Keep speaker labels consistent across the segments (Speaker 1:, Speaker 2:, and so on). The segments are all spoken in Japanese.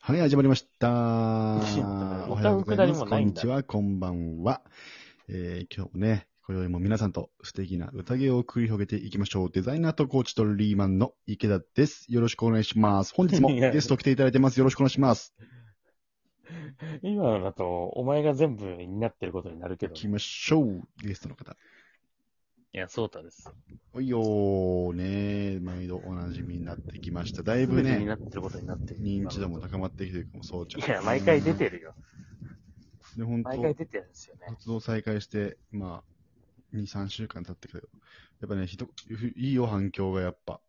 Speaker 1: はい、始まりま した。お
Speaker 2: シンプル
Speaker 1: はようございます。
Speaker 2: 歌うくだりも
Speaker 1: こ
Speaker 2: ない
Speaker 1: んに
Speaker 2: んだ
Speaker 1: ちは、こんばんは。えー、今日もね、今宵も皆さんと素敵な宴を繰り広げていきましょう。デザイナーとコーチとリーマンの池田です。よろしくお願いします。本 日も
Speaker 2: いや
Speaker 1: ゲスト来ていただいてます。よろしくお願いします。
Speaker 2: 今のだと、お前が全部になってることになるけど
Speaker 1: 行。きましょう。ゲストの方。
Speaker 2: いや、そうたです。
Speaker 1: おいよーね毎度おなじみになってきました。だいぶ
Speaker 2: 全 てに
Speaker 1: ね、
Speaker 2: なってることになってる。
Speaker 1: 認知度も高まってきてるかも、そうちゃん。
Speaker 2: いや、毎回出てるよ。
Speaker 1: で、本当
Speaker 2: 毎回出てるんですよね。
Speaker 1: 活動再開して、まあ、2、3週間経ってきたけど、やっぱね、ひといいよ、反響がやっぱ。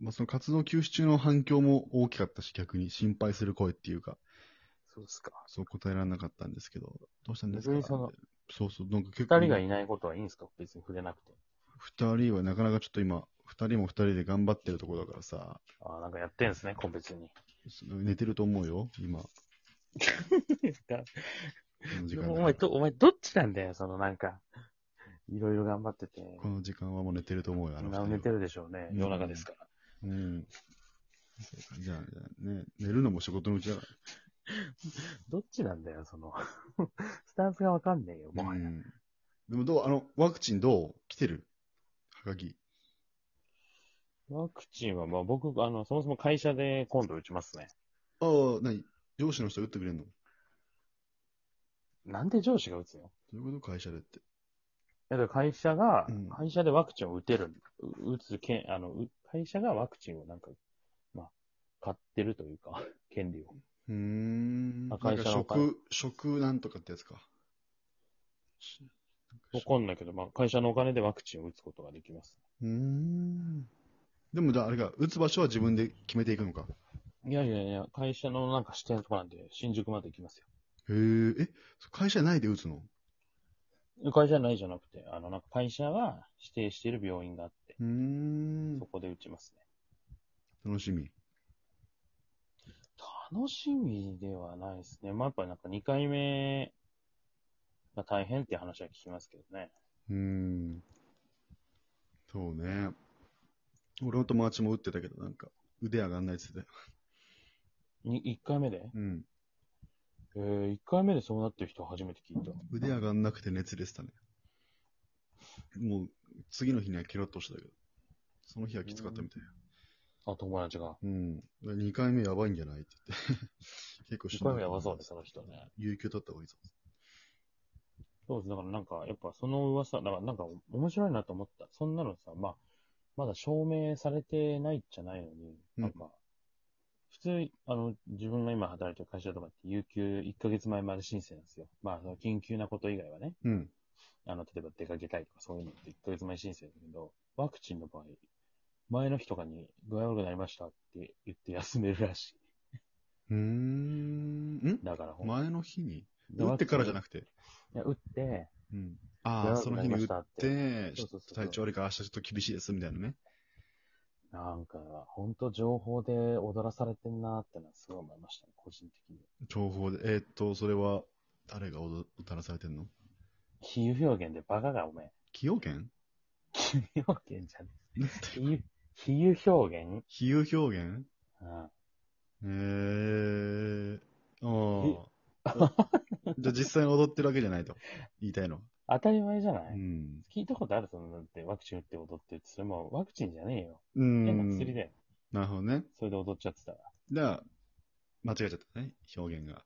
Speaker 1: まあ、その活動休止中の反響も大きかったし、逆に心配する声っていうか、
Speaker 2: そうですか。
Speaker 1: そう答えられなかったんですけど、どうしたんですか
Speaker 2: 別にその
Speaker 1: そうそう、なんか結構、
Speaker 2: 二人がいないことはいいんですか別に触れなくて。
Speaker 1: 二人はなかなかちょっと今、二人も二人で頑張ってるところだからさ、
Speaker 2: ああ、なんかやってんですね、個別に。
Speaker 1: 寝てると思うよ、今。この時間だから
Speaker 2: お前ど、お前どっちなんだよ、そのなんか。いろいろ頑張ってて。
Speaker 1: この時間はもう寝てると思うよ、あの二人は
Speaker 2: 寝てるでしょうね。
Speaker 1: うん
Speaker 2: 夜中ですから。
Speaker 1: うん。そうかじゃあ、じゃあね、寝るのも仕事のうちだか
Speaker 2: どっちなんだよ、その。 スタンスがわかんねえよ、
Speaker 1: ら。
Speaker 2: もはや。
Speaker 1: ん。でもどう、あの、ワクチンどう来てるはがき。
Speaker 2: ワクチンは、まあ僕、あの、そもそも会社で今度打ちますね。
Speaker 1: ああ、なに上司の人打ってくれんのど
Speaker 2: なんで上司が打つの
Speaker 1: ういうこと会社でって。
Speaker 2: いやだから会社が、
Speaker 1: うん
Speaker 2: 会社でワクチンを打てる、う打つけん、あの、う会社がワクチンをなんか、まあ、買ってるというか、 権利を。
Speaker 1: うーん。なん
Speaker 2: あ
Speaker 1: か
Speaker 2: 会社の会
Speaker 1: 食、食なんとかってやつか。し
Speaker 2: わかんないけど、まあ、会社のお金でワクチンを打つことができます。
Speaker 1: うーん。でも、じゃああれか、打つ場所は自分で決めていくのか。
Speaker 2: いやいやいや、会社のなんか支店とかなんで、新宿まで行きます
Speaker 1: へえ、え、会社内で打つの
Speaker 2: よ。会社ないじゃなくて、あの、なんか会社が指定している病院があって、
Speaker 1: うーん
Speaker 2: そ。こで打ちますね。
Speaker 1: 楽しみ。
Speaker 2: 楽しみではないですね。まあ、やっぱりなんか2回目が大変っていう話は聞きますけどね。
Speaker 1: うーん。そうね。俺の友達も打ってたけど、なんか、腕上がんないっつってたよ。
Speaker 2: 1回目で
Speaker 1: うん。
Speaker 2: えー、1回目でそうなってる人初めて聞いた。
Speaker 1: 腕上がんなくて熱出てたね。もう、次の日にはケロッとしてたけど、その日はきつかったみたいな。
Speaker 2: あ、友達が。
Speaker 1: うん。2回目やばいんじゃないって 言って。結構
Speaker 2: 1
Speaker 1: んどい
Speaker 2: 回目やばそうね、その人ね。
Speaker 1: 有給取った方がいいぞ。
Speaker 2: そうです。だからなんか、やっぱその噂、だからなんか面白いなと思った。そんなのさ、まあ、まだ証明されてないじゃないのに、
Speaker 1: うん
Speaker 2: なんか、普通、あの、自分が今働いてる会社とかって、有給1ヶ月前まで申請なんですよ。まあ、その緊急なこと以外はね。
Speaker 1: うん。
Speaker 2: あの、例えば出かけたいとかそういうのって1ヶ月前申請だけど、ワクチンの場合、前の日とかに具合悪くなりましたって言って休めるらし
Speaker 1: うーん。ん
Speaker 2: い。だから、ん
Speaker 1: 前の日に打ってからじゃなくて。
Speaker 2: いや、打って、
Speaker 1: うん。ああ、その日に打っ
Speaker 2: やばくなり
Speaker 1: て、
Speaker 2: し
Speaker 1: ち
Speaker 2: た
Speaker 1: ょ
Speaker 2: って
Speaker 1: っと体調悪いから明日ちょっと厳しいです、みたいなね。
Speaker 2: なんか、本当情報で踊らされてんなーってのはすごい思いましたね、個人的に。
Speaker 1: 情報で、えーっと、それは、誰が踊らされてんの
Speaker 2: 比喩表現でバカがおめえ。
Speaker 1: 崎陽軒
Speaker 2: 比喩表現じゃねえ。比喩比喩表現
Speaker 1: 比喩表現
Speaker 2: うん。
Speaker 1: えー、ああ。じゃあ実際に踊ってるわけじゃないと。言いたいのは。
Speaker 2: 当たり前じゃな
Speaker 1: う
Speaker 2: い、
Speaker 1: ん。
Speaker 2: 聞いたことあるそのだってワクチン打って踊ってるって、それもうワクチンじゃねえよ。
Speaker 1: う。
Speaker 2: 変なん薬だよ。
Speaker 1: なるほどね。
Speaker 2: それで踊っちゃってたら。
Speaker 1: じゃあ、間違えちゃったね。表現が。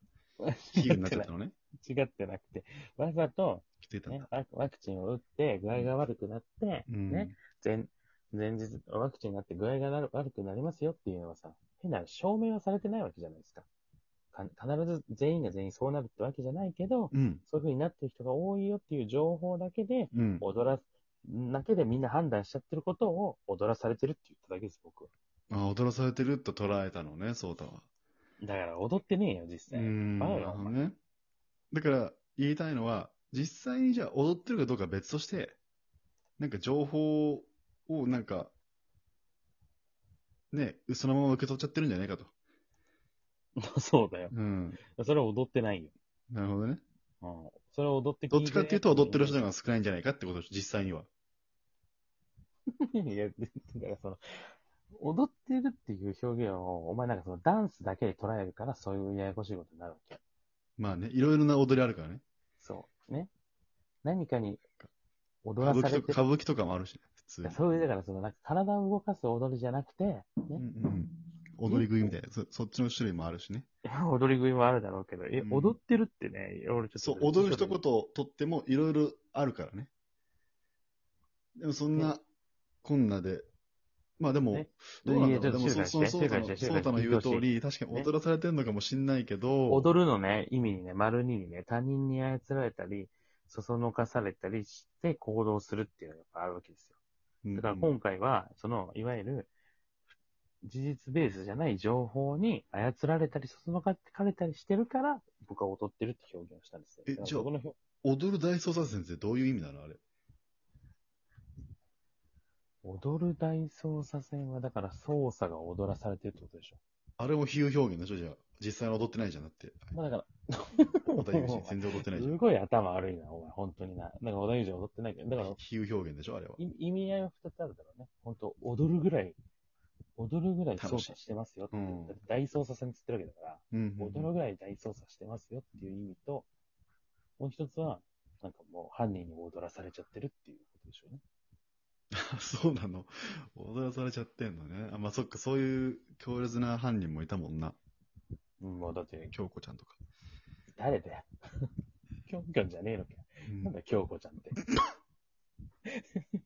Speaker 1: 比喩になっちゃったのね。
Speaker 2: 違ってなくて、わざと、
Speaker 1: 来てたん
Speaker 2: ね
Speaker 1: だ。、
Speaker 2: ワワクチンを打って具合が悪くなって、
Speaker 1: うん。
Speaker 2: ね、前、前日、ワクチンになって具合がなる悪くなりますよっていうのはさ、変な証明はされてないわけじゃないですか。か必ず全員が全員そうなるってわけじゃないけど、
Speaker 1: うん。
Speaker 2: そういう風になってる人が多いよっていう情報だけで、
Speaker 1: うん。
Speaker 2: 踊らす、だけでみんな判断しちゃってることを踊らされてるって言っただけです、僕は。
Speaker 1: あ、踊らされてると捉えたのね、そうたは。
Speaker 2: だから踊ってねえよ、実
Speaker 1: う
Speaker 2: 際。
Speaker 1: ん。
Speaker 2: バカ
Speaker 1: なる
Speaker 2: がお
Speaker 1: ほど
Speaker 2: 前
Speaker 1: ね。だから、言いたいのは、実際にじゃあ踊ってるかどうかは別として、なんか情報をなんか、ね、そのまま受け取っちゃってるんじゃないかと。
Speaker 2: そうだよ。
Speaker 1: うん。
Speaker 2: それは踊ってないよ。
Speaker 1: なるほどね。
Speaker 2: うん。それを踊って
Speaker 1: どっちかっていうと踊ってる人
Speaker 2: が。
Speaker 1: が少ないんじゃないかってことでしょ、実際には。
Speaker 2: いや、だからその、踊ってるっていう表現を、お前なんかそのダンスだけで捉えるから、そういうややこしいことになるわけよ。
Speaker 1: まあね、いろいろな踊りあるからね。
Speaker 2: そう。ね。何かに踊
Speaker 1: 歌
Speaker 2: ら
Speaker 1: 舞
Speaker 2: さ
Speaker 1: 伎
Speaker 2: れ
Speaker 1: と
Speaker 2: て
Speaker 1: か歌舞伎とかもあるしね、普通に。
Speaker 2: そういう、だからその、なんか体を動かす踊りじゃなくて、ね、
Speaker 1: うんうん。踊り食いみたいな、そそっちの種類もあるしね。
Speaker 2: 踊り食いもあるだろうけど、え
Speaker 1: う、ん
Speaker 2: 踊ってるってね、俺ちょっと。
Speaker 1: そう、踊る一言をとってもいろいろあるからね。でもそんな、こんなで、まあでも
Speaker 2: ね、
Speaker 1: どうなんだろう。
Speaker 2: いや
Speaker 1: で
Speaker 2: い
Speaker 1: も
Speaker 2: やち
Speaker 1: そ
Speaker 2: ょっ
Speaker 1: う、
Speaker 2: と
Speaker 1: その、
Speaker 2: 静
Speaker 1: そ
Speaker 2: か
Speaker 1: う
Speaker 2: に
Speaker 1: たの、
Speaker 2: して静かにして
Speaker 1: そうたの言う通り、確かに
Speaker 2: ね
Speaker 1: 踊らされてるのかもしんないけど、
Speaker 2: 踊るのね、意味にね、丸にね、他人に操られたり、そそのかされたりして行動するっていうのがやっぱあるわけですよ。
Speaker 1: うん
Speaker 2: だから
Speaker 1: うん
Speaker 2: 今回は、その、いわゆる、事実ベースじゃない情報に操られたり、そそのかかれたりしてるから、僕は踊ってるって表現をしたんですよ。
Speaker 1: え
Speaker 2: だから
Speaker 1: じゃあ
Speaker 2: そこの表
Speaker 1: 踊る大捜査線ってどういう意味なのあれ。
Speaker 2: 踊る大捜査線は、だから捜査が踊らされてるってことでしょ。
Speaker 1: あれも比喩表現でしょじゃあ、実際に踊ってないじゃんだ って。
Speaker 2: まあだから、
Speaker 1: また言うし、全然踊ってないじゃ
Speaker 2: す
Speaker 1: ん。
Speaker 2: ごい頭悪いな、お前、本当にな。なんか小田裕二は踊ってないけど、だから、
Speaker 1: 比喩表現でしょあれは。
Speaker 2: い意味合いは二つあるだろうね。本当踊るぐらい、踊るぐらい操作してますよっていう
Speaker 1: 楽しいうん
Speaker 2: だって大捜査線つってるわけだから、
Speaker 1: うんうん
Speaker 2: 踊るぐらい大捜査してますよっていう意味と、もう一つは、なんかもう犯人に踊らされちゃってるっていうことでしょうね。
Speaker 1: あ そうなの。踊らされちゃってんのね。あ、まあ、そっか、そういう強烈な犯人もいたもんな。
Speaker 2: うん、もうだって、
Speaker 1: 京子ちゃんとか。
Speaker 2: 誰だよ。 キョンキョンじゃねえのかよ。
Speaker 1: うん
Speaker 2: なんだ、京子ちゃんって。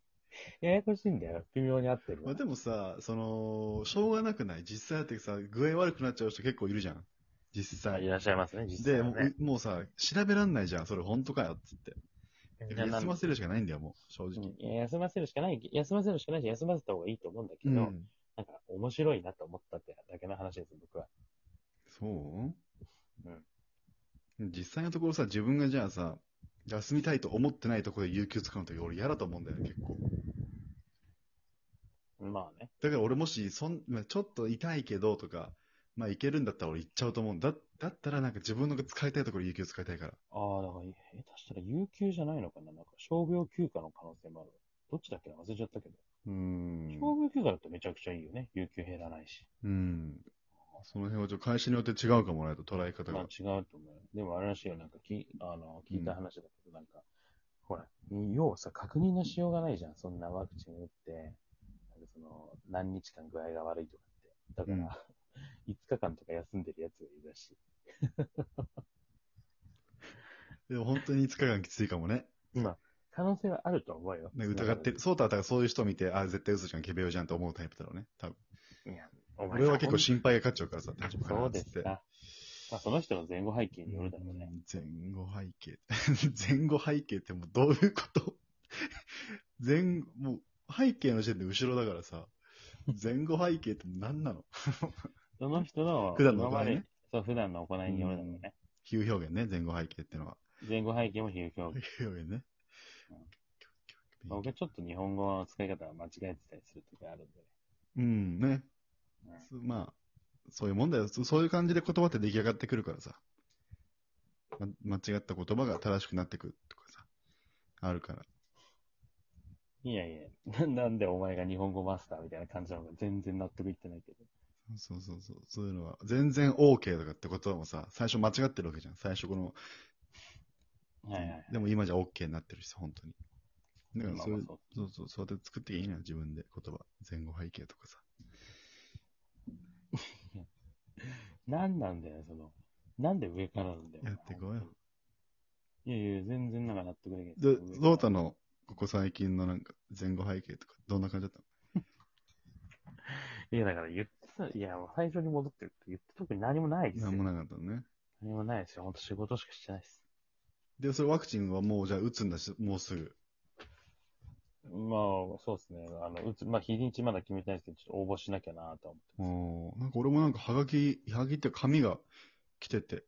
Speaker 2: ややこしいんだよ。微妙に合ってるわ
Speaker 1: まあ、でもさ、その、しょうがなくない実際だってさ、具合悪くなっちゃう人結構いるじゃん。実
Speaker 2: あい
Speaker 1: 際。
Speaker 2: らっしゃいますね、実際
Speaker 1: で、
Speaker 2: は
Speaker 1: も
Speaker 2: ね。
Speaker 1: うもうさ、調べらんないじゃん。それ本当かよっつって。
Speaker 2: いや
Speaker 1: 休ませるしかないんだよ、もう、正
Speaker 2: う
Speaker 1: 直
Speaker 2: ん。いや休ませるしかない、休ませるしかないし、休ませた方がいいと思うんだけ
Speaker 1: う
Speaker 2: ど、
Speaker 1: ん。
Speaker 2: なんか面白いなと思ったってだけの話です、僕は。
Speaker 1: そう
Speaker 2: うん
Speaker 1: 実際のところさ、自分がじゃあさ、休みたいと思ってないところで有給使うのって俺嫌だと思うんだよね、結構。
Speaker 2: まあね。
Speaker 1: だから俺もし、そん、まあ、ちょっと痛いけどとか、まあいけるんだったら俺行っちゃうと思うんだ。だったらなんか自分の使いたいところ有給使いたいから。
Speaker 2: ああ、だから、え下手したら有給じゃないのかななんか、傷病休暇の可能性もある。どっちだっけな忘れちゃったけど。
Speaker 1: うーん
Speaker 2: 傷病休暇だとめちゃくちゃいいよね。有給減らないし。
Speaker 1: うん。その辺はちょっと会社によって違うかもね、と捉え方
Speaker 2: まあ
Speaker 1: が。
Speaker 2: 違うと思う。でもあれらしいよ。なんかき、あの、聞いた話だけど、なんか、ほら、要はさ、確認のしようがないじゃん。そんなワクチン打って、なんかその、何日間具合が悪いとかって。だから、
Speaker 1: うん
Speaker 2: 5日間とか休んでるやつがいるらしい。
Speaker 1: でも本当に5日間きついかもね。
Speaker 2: まあ、可能性はあると思うよ。
Speaker 1: ね疑ってる。そうたらだからそういう人見て、あ、絶対嘘じゃん、ケベオじゃんと思うタイプだろうね。多分。
Speaker 2: いや、お前
Speaker 1: 俺は結構心配が勝っちゃうからさ、大丈夫か
Speaker 2: そ
Speaker 1: な
Speaker 2: う
Speaker 1: っつ
Speaker 2: で
Speaker 1: っ
Speaker 2: す
Speaker 1: て。
Speaker 2: か。まあ、その人の前後背景によるだろうね。
Speaker 1: 前後背景。 前後背景ってもうどういうこと 前、もう背景の時点で後ろだからさ、前後背景って何なの
Speaker 2: その人の、
Speaker 1: 普段の
Speaker 2: 今ま
Speaker 1: 行いね
Speaker 2: でそう、普段の行いによるだろうね。
Speaker 1: 比喩表現ね、前後背景ってのは。
Speaker 2: 前後背景も比喩表現。
Speaker 1: 比喩表現ね。
Speaker 2: まあ僕はちょっと日本語の使い方は間違えてたりするときあるんでね。
Speaker 1: うんね。そうまあ、そういうもんだよ。そそういう感じで言葉って出来上がってくるからさ。ま、間違った言葉が正しくなってくるとかさ。あるから。
Speaker 2: いやいや、ななんでお前が日本語マスターみたいな感じなのか全然納得いってないけど。
Speaker 1: そうそうそう。そういうのは、全然 OK とかって言葉もさ、最初間違ってるわけじゃん。最初この、
Speaker 2: はいはいはい。
Speaker 1: でも今じゃ OK になってるしさ、本当に。だから
Speaker 2: まあ
Speaker 1: そういう、
Speaker 2: まあ
Speaker 1: そうそう、そうやって作っていいのよ、自分で言葉。前後背景とかさ。
Speaker 2: なんなんだよ、その。なんで上からなんだよ。
Speaker 1: やってこうよ
Speaker 2: いやいや、全然なんか納得できない。
Speaker 1: で、ゾ
Speaker 2: 上
Speaker 1: ウ
Speaker 2: から
Speaker 1: タの、ここ最近のなんか、前後背景とか、どんな感じだったの
Speaker 2: いや、だから言ってた、いや、もう最初に戻ってるって言って特に何もないですよ。
Speaker 1: なんもなかったのね。
Speaker 2: 何もないですよ。ほんと仕事しかしてないです。
Speaker 1: で、それワクチンはもう、じゃあ打つんだし、もうすぐ。
Speaker 2: まあ、そうですね。あの、うつ、まあ、日にちまだ決めてないですけど、ちょっと応募しなきゃなと思って
Speaker 1: お
Speaker 2: ます。
Speaker 1: なんか俺もなんか、はがき、はがきっていうか紙が来てて、で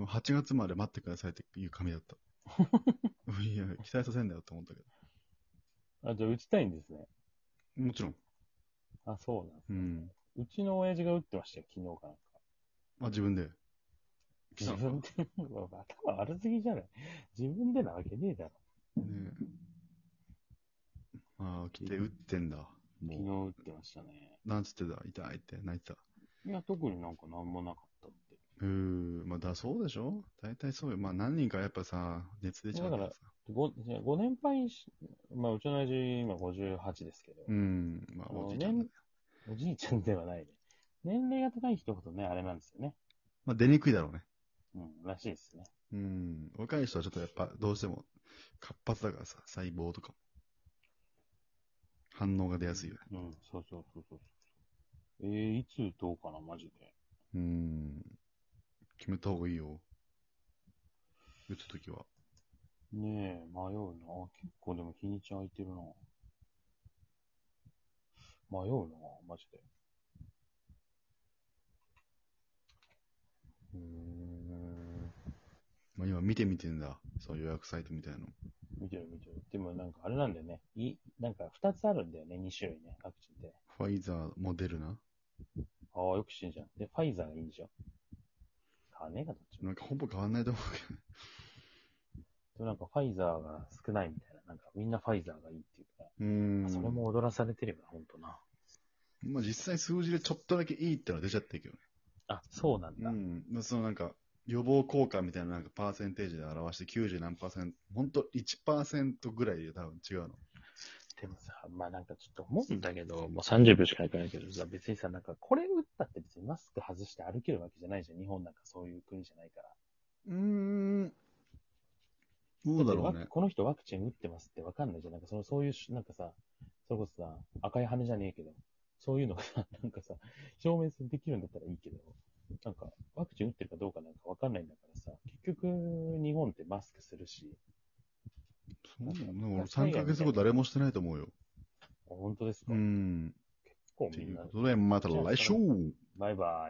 Speaker 1: も8月まで待ってくださいっていう紙だ った。いや、期待させんだよと思ったけ
Speaker 2: あ、じゃあ打ちたいんですね。
Speaker 1: ど。もちろん。
Speaker 2: あ、そうなんです
Speaker 1: う
Speaker 2: ね
Speaker 1: ん。
Speaker 2: うちの親父が打ってましたよ、昨日かなんか。
Speaker 1: まあ自分で。来た
Speaker 2: 自
Speaker 1: の
Speaker 2: 分で、 頭悪すぎじゃない自分でなわけねえだろ。
Speaker 1: ねえ。ああ、来て打ってんだ。も
Speaker 2: 昨
Speaker 1: う
Speaker 2: 日、打ってましたね。
Speaker 1: なんつってた痛いって泣いてた。
Speaker 2: いや、特になんか何もなかったって。
Speaker 1: うーん、まあだそうでしょ大体そうよ。まあ何人かやっぱさ、熱出ちゃうからさ。
Speaker 2: ごご年配し、まあ、うちの親父今58ですけど、
Speaker 1: うん、まあ
Speaker 2: あの
Speaker 1: おじいちゃんだね、
Speaker 2: おじいちゃんではないね。年齢が高い人ほどね、あれなんですよね。
Speaker 1: まあ出にくいだろうね。
Speaker 2: うん、らしいですね。
Speaker 1: うん、若い人はちょっとやっぱどうしても活発だからさ、細胞とかも。反応が出やすいよね。
Speaker 2: うん、そうそうそうそう。えー、いつどうかな、マジで。
Speaker 1: うん、決めた方がいいよ。打つときは。
Speaker 2: ねえ、迷うな。結構でも日にち空いてるな。迷うな、マジで。うーん。
Speaker 1: まあ今見てみてんだ。そう予約サイトみたいなの。
Speaker 2: 見てる見てる。でもなんかあれなんだよね。い、なんか二つあるんだよね、二種類ね、ワクチンって。
Speaker 1: ファイザー、モデルナ。
Speaker 2: ああ、よく知るじゃん。で、ファイザーがいいんでしょ買わねえか、どっちも。
Speaker 1: なんかほぼ変わんないと思うけど。
Speaker 2: でもなんかファイザーが少ないみたいな。なんかみんなファイザーがいいっていうから。
Speaker 1: うん。
Speaker 2: それも踊らされてれば、ほんとな。
Speaker 1: まあ実際数字でちょっとだけいいってのは出ちゃってるけどね。
Speaker 2: あ、そうなんだ。
Speaker 1: うん。まあそのなんか、予防効果みたいななんかパーセンテージで表して90何パーセント、ほんと1%ぐらいで多分違うの。
Speaker 2: でもさ、まあなんかちょっと思うんだけど、もう30秒しかいかないけどさ、別にさ、なんかこれ打ったって別にマスク外して歩けるわけじゃないじゃん。日本なんかそういう国じゃないから。
Speaker 1: うーん。どうだろう
Speaker 2: ってわ
Speaker 1: ね。
Speaker 2: この人ワクチン打ってますってわかんないじゃん。なんかそのそういうし、なんかさ、それこそさ、赤い羽じゃねえけど、そういうのがさ、 なんかさ、証明できるんだったらいいけど、なんかワクチン打ってるかどうかなんかわかんないんだからさ、結局日本ってマスクするし、
Speaker 1: そうなのね。俺3ヶ月後誰もしてないと思うよ。
Speaker 2: あ本当ですか、
Speaker 1: うん。
Speaker 2: 結構
Speaker 1: と
Speaker 2: み
Speaker 1: い
Speaker 2: ん
Speaker 1: う
Speaker 2: な
Speaker 1: こ、とで、また来週
Speaker 2: バイバイ。